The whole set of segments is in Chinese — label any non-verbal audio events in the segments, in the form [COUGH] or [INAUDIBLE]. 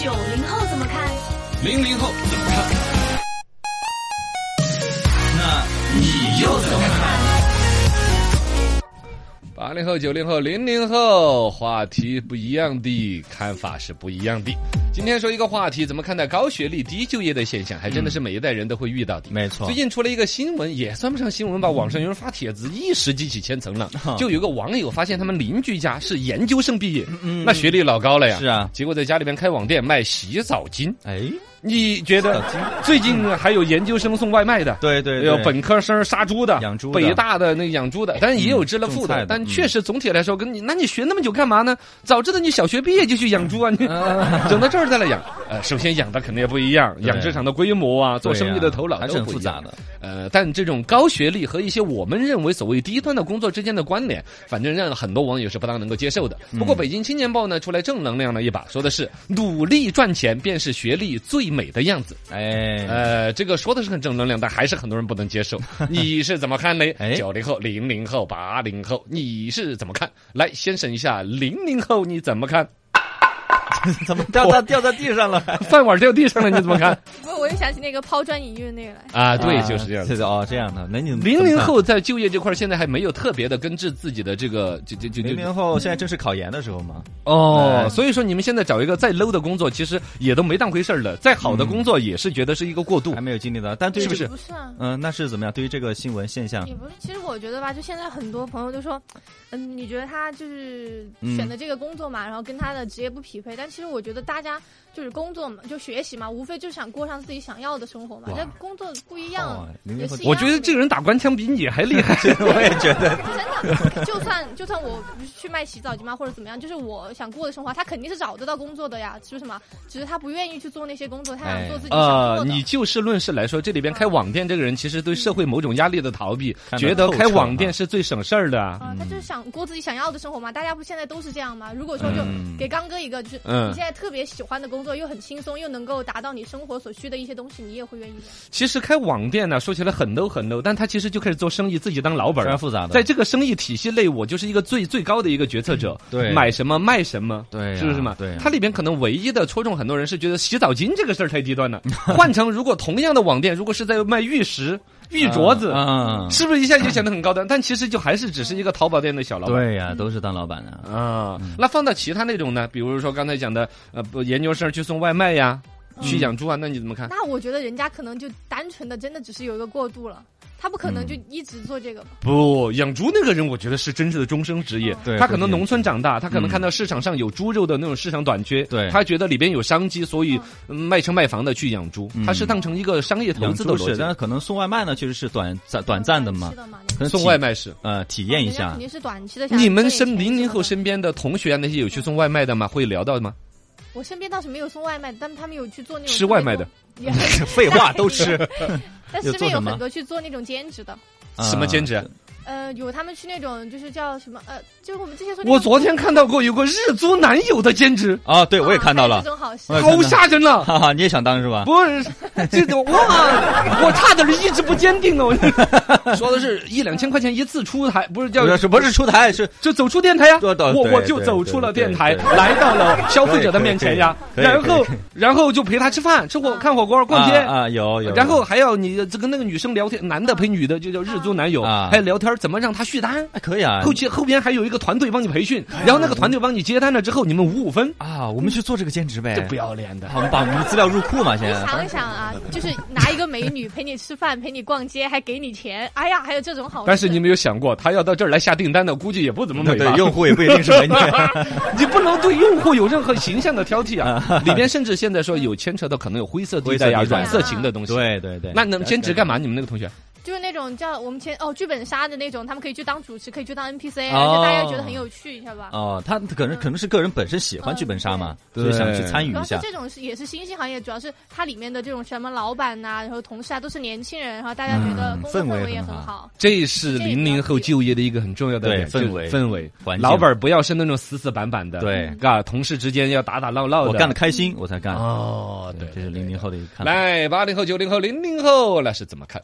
九零后怎么看？零零后怎么看？那你又怎么看？八零后、九零后、零零后，话题不一样的，看法是不一样的。今天说一个话题，怎么看待高学历低就业的现象，还真的是每一代人都会遇到的。嗯没错最近出了一个新闻，也算不上新闻吧，网上有人发帖子，一时激起千层嗯浪。就有一个网友发现，他们邻居家是研究生毕业，那学历老高了呀。嗯是啊结果在家里面开网店卖洗澡巾。哎，你觉得小金最近还有研究生送外卖的，对对对有哎本科生杀猪的，养猪的北大的那养猪的，但也有知了富种菜的的，嗯但确实总体来说，跟你那你学那么久干嘛呢？早知道你小学毕业就去养猪啊， [LAUGHS] 你整到这儿再来养。呃，首先养的肯定也不一样，对养殖场的规模啊，做对生意呀的头脑还都是很不复一样杂的。呃，但这种高学历和一些我们认为所谓低端的工作之间的关联，反正让很多网友是不大能够接受的。不过，《北京青年报》呢出来正能量了一把，说的是努力赚钱便是学历最美的样子。哎，呃，这个说的是很正能量，但还是很多人不能接 [LAUGHS] 受。你是怎么看呢哎？九零后、零零后、八零后，你是怎么看？来，先审一下零零后你怎么看？ [LAUGHS] 怎么掉到掉到地上了？饭碗掉地上了，你怎么看？不是，我又想起那个抛砖引玉的那个来。 [LAUGHS] 啊，对，啊就是这样对。对 [LAUGHS] 哦，这样的。那你怎么零零后在就业这块儿现在还没有特别的根治自己的这个就就就零就零后现在正是考研的时候嘛？哦哎，所以说你们现在找一个再 low 的工作，其实也都没当回事儿了。再好的工作也是觉得是一个过渡还。没有经历到，但对于也这个不是啊，嗯，那是怎么样？对于这个新闻现象也，不是。其实我觉得吧，就现在很多朋友就说，嗯，你觉得他就是嗯选的这个工作嘛，然后跟他的职业不匹配。但其实我觉得大家就是工作嘛，就学习嘛，无非就是想过上自己想要的生活嘛。哇这工作不一样哦，零零后也是一我样的觉得这个人打官腔比你还厉害。我也觉得真的， [LAUGHS] 就算就算我去卖洗澡巾嘛，或者怎么样，就是我想过的生活，他肯定是找得到工作的呀，是不是嘛？只是他不愿意去做那些工作，他想做自己想哎呃啊做，的。你就事论事来说，这里边开网店这个人，其实对社会某种压力的逃避，嗯看得觉得透彻啊开网哈店是最省事儿的啊。啊、他嗯就是想过自己想要的生活嘛。大家不现在都是这样嘛？如果说就嗯给刚哥一个，就是嗯你现在特别喜欢的工作，又很轻松，又能够达到你生活所需的一些东西，你也会愿意的。其实开网店呢，说起来很 low 很 low，但他其实就开始做生意，自己当老板非儿常。复杂的，在这个生意体系内，我就是一个最最高的一个决策者，对买什么卖什么，对呀是不是嘛？对啊呀它里边可能唯一的戳中很多人是觉得洗澡巾这个事儿太低 [LAUGHS] 端了。换成如果同样的网店，如果是在卖玉石、玉镯子，嗯，是不是一下就显得很高端？但其实就还是只是一个淘宝店的小老板。对呀，都是当老板的，啊，那放到其他那种呢？比如说刚才讲的，呃，不研究生去送外卖呀，嗯去养猪啊，那你怎么看？那我觉得人家可能就单纯的，真的只是有一个过渡了，他不可嗯能就一直做这个吧。不，养猪那个人，我觉得是真正的终生职业嗯。对他可能不一样农村长大，他可能嗯看到市场上有猪肉的那种市场短缺，对他觉得里边有商机，所以嗯卖车卖房的去养猪，嗯他是当成一个商业投养资猪的是，但逻是可能送外卖呢，确实是短暂短暂的嘛 [LAUGHS] 是，的嘛，可能辑。送体外卖是。呃体验一人家 [LAUGHS] 下肯，定是短期的。想你们挣一身钱零零后什么身边的同学啊，那些有去送外卖的吗？会聊到吗？的，我身边倒是没有送外卖的，但他们有去做那种吃外卖的，也废话都 [LAUGHS] 吃，但有做身边有什么很多去做那种兼职的。什么啊兼职？呃，有他们去那种就是叫什么呃，就是我们之前说那我种昨天看到过有个日租男友的兼职，啊？对，我也啊看到还有了嗯这，种好事我也看到好吓人啊呐！ [LAUGHS] 哈哈，你也想当是吧？不是这种哇，我差点意志不坚定了。我 [LAUGHS] 说的是一两千块钱一次出台，不是叫不是不是出台是就走出电台呀、对对我对我就走出了电台，来到了消费者的面前呀，可以可以然后可以然后就陪他吃饭、吃火、看火锅、逛街。啊啊有有，然后还要你这跟那个女生聊天，男的陪女的就叫日租男友，啊还有聊天怎么让他续单，哎可以啊后期后边还有一个团队帮你培训，然后那个团队帮你接单了之后，你们五五分，啊，我们去做这个兼职呗，这不要脸的。好，我们把我们的资料入库嘛，你先。想一想啊，就是拿一个美女陪你吃饭，陪你逛街，还给你钱，哎呀，还有这种啊好事。但是你没有想过，他要到这儿来下订单的，估计也不怎么美对吧？用户也不一定是美女。 [LAUGHS] 你不能对用户有任何形象的挑剔 [LAUGHS] 啊！里边甚至现在说有牵扯到可能有灰色地带呀、啊灰色地带啊软色情的东 [LAUGHS] 西。，对对对，那能兼职干嘛？你们那个同学就是那种叫我们前哦剧本杀的那种，他们可以去当主持，可以去当 NPC，哦就大家觉得很有趣，知道吧？哦，他可能可能是个人本身喜欢剧本杀嘛，对所以想去参与主要一是下。这种是也是新兴行业，主要是它里面的这种什么老板呐、然后同事啊，都是年轻人，然后大家觉得嗯工作氛围氛围也很很好好。这是零零后就业的一个很重要的对点就是氛围氛围环。境老板不要是那种死死板板的，对啊，同事之间要打打闹闹的。我干的开心，我才干。哦，对，这是零零后的一个看法。来，八零后、九零后、零零后 [LAUGHS] 那是怎么看？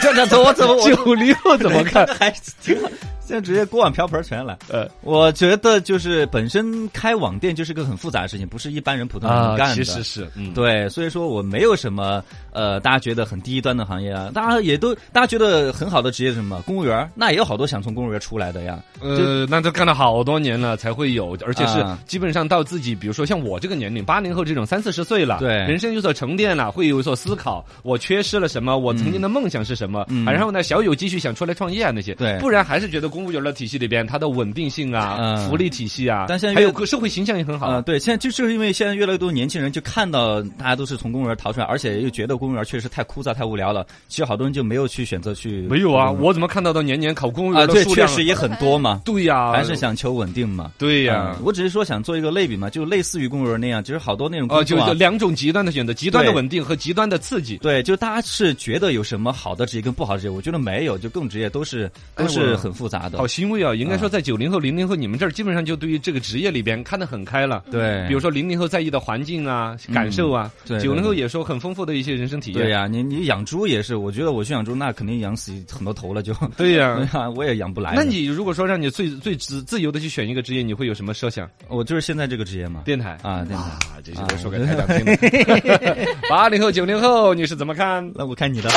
这这，我怎么 [LAUGHS] 九零后怎么看？ [LAUGHS] 还挺好，现在直接锅碗瓢盆全来。呃我觉得就是本身开网店就是个很复杂的事情，不是一般人普通人能干的。啊其实是，嗯，对，所以说我没有什么呃，大家觉得很低端的行业啊，大家也都大家觉得很好的职业是什么？公务员儿，那也有好多想从公务员儿出来的呀。呃，那都干了好多年了才会有，而且是啊基本上到自己，比如说像我这个年龄，八零后这种三四十岁了，对人生有所沉淀了，会有所思考，我缺失了什么，我曾经的梦想是什么，嗯啊然后呢，小有积蓄想出来创业啊那些，对不然还是觉得公务员的体系里边它的稳定性啊，嗯福利体系啊，但现在还有越个社会形象也很好啊、，对，现在就就是因为现在越来越多年轻人就看到大家都是从公务员儿逃出来，而且又觉得公务员儿确实太枯燥、太无聊了，其实好多人就没有去选择去没有啊，公务员我怎么看到的年年考公务嗯啊，员的对，数确量？实也很多嘛，对呀，还是想求稳定嘛。对呀、嗯我只是说想做一个类比嘛，就类似于公务员那样，就是好多那种工呃，就作啊、就两种极端的选择，极端的对稳定和极端的刺激。对，就大家是觉得有什么好的职业跟不好的职业，我觉得没有，就各种职业都是哎都是我很复杂的好。欣慰啊！应该说，在九零后、零零后，你们这儿基本上就对于这个职业里边看得很开了。对，比如说零零后在意的环境啊、感受啊对，对九零后也说很丰富的一些人生体验。对呀、你你养猪也是，我觉得我去养猪那肯定养死很多头了就，对呀、对呀， [LAUGHS] 我也养不来。嗯那你如果说让你最最自自由的去选一个职业，你会有什么设想？我就是现在这个职业嘛？电台啊，对。啊，这些都说给台长听的。 [LAUGHS] 八零后、九零后，你是怎么看？那我看你 [LAUGHS] 的，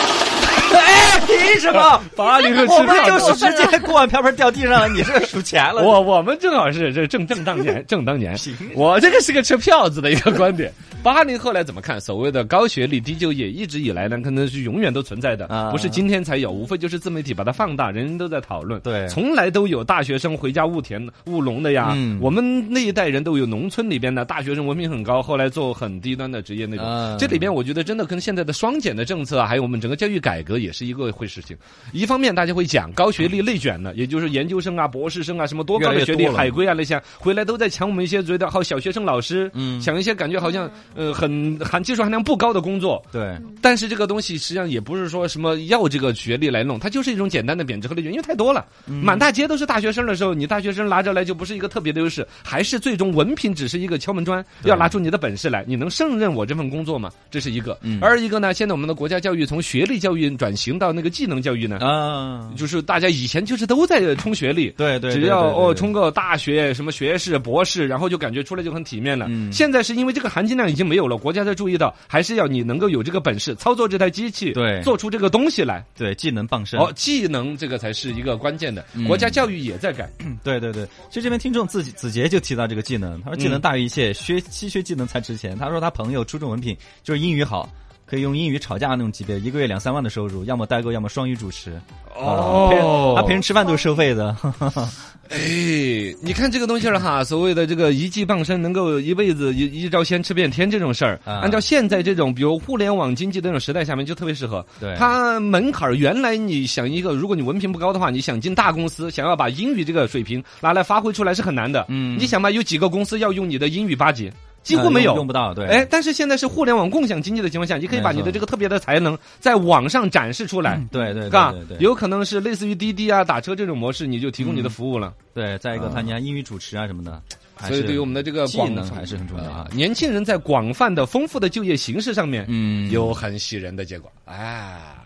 哎，凭什 [LAUGHS] 么？八零后我吃们票就多是直接锅碗瓢盆掉地上了，你这数钱了。我我们正好是这正正当 [LAUGHS] 年正当年凭什么，我这个是个吃票子的一个观点。八零后来怎么看？所谓的高学历低就业，一直以来呢，可能是永远都存在的啊，不是今天才有，无非就是自媒体把它放大，人人都在讨论。对从来都有大学生回家务田务农的呀嗯。我们那一代人都有农村里边的大学生文凭很高，后来做很低端的职业那种啊。这里边我觉得真的跟现在的双减的政策啊，还有我们整个教育改革也是一个回事情。一方面大家会讲高学历内卷呢，也就是研究生啊、博士生啊，什么多高的学越来历、越多了海归啊那些，回来都在抢我们一些觉得好小学生老师，嗯抢一些感觉好像呃很含技术含量不高的工作。对，但是这个东西实际上也不是说什么要这个学历来弄，它就是一种简单的贬值和内卷，因为太多了，嗯满大街都是大学生的时候，你大学生拿着来就不是一个特别的优势，还是最终文凭只是一个敲门砖，对要拿出你的本事来，你能胜任我这份工作吗？这是一个。嗯而一个呢，现在我们的国家教育从学历教育转型到那个技能教育呢，啊，就是大家以前就是都在冲学历。对对，只对要对对哦对冲个大学什么学士、博士，然后就感觉出来就很体面了。嗯现在是因为这个含金量已经没有了，国家才注意到，还是要你能够有这个本事操作这台机器，对做出这个东西来。对技能傍身。哦，技能这个才是一个关键的，嗯国家教育也在改。对对对，其实这边听众自己子杰就提到这个技能，他说嗯技能大于一切，学稀缺技能才值钱。他说他朋友初中文凭就是英语好，可以用英语吵架那种级别，一个月两三万的收入，要么代购，要么双语主持。啊哦平他平时吃饭都是收费的。哎，你看这个东西 [LAUGHS] 儿哈，所谓的这个一技傍身，能够一辈子一一招鲜吃遍天这种事儿，啊按照现在这种比如互联网经济的那种时代下面，就特别适合。 [LAUGHS] 对它门槛儿原来你想一个，如果你文凭不高的话，你想进大公司，想要把英语这个水平拿来发挥出来是很难的。嗯你想吧，有几个公司要用你的英语八级？几乎没呃用有用。不到。对，哎，但是现在是互联网共享经济的情况下，你可以把没错你的这个特别的才能在网上展示出来。对对嘎对对，对嗯有可能是类似于滴滴啊、打车这种模式，你就提供你的服务了。对，再一个他你看英语主持啊什么的，还所以是对于我们的这个技广能还是很重要啊啊。，年轻人在广泛的、丰富的就业形势上面，嗯有很喜人的结果啊。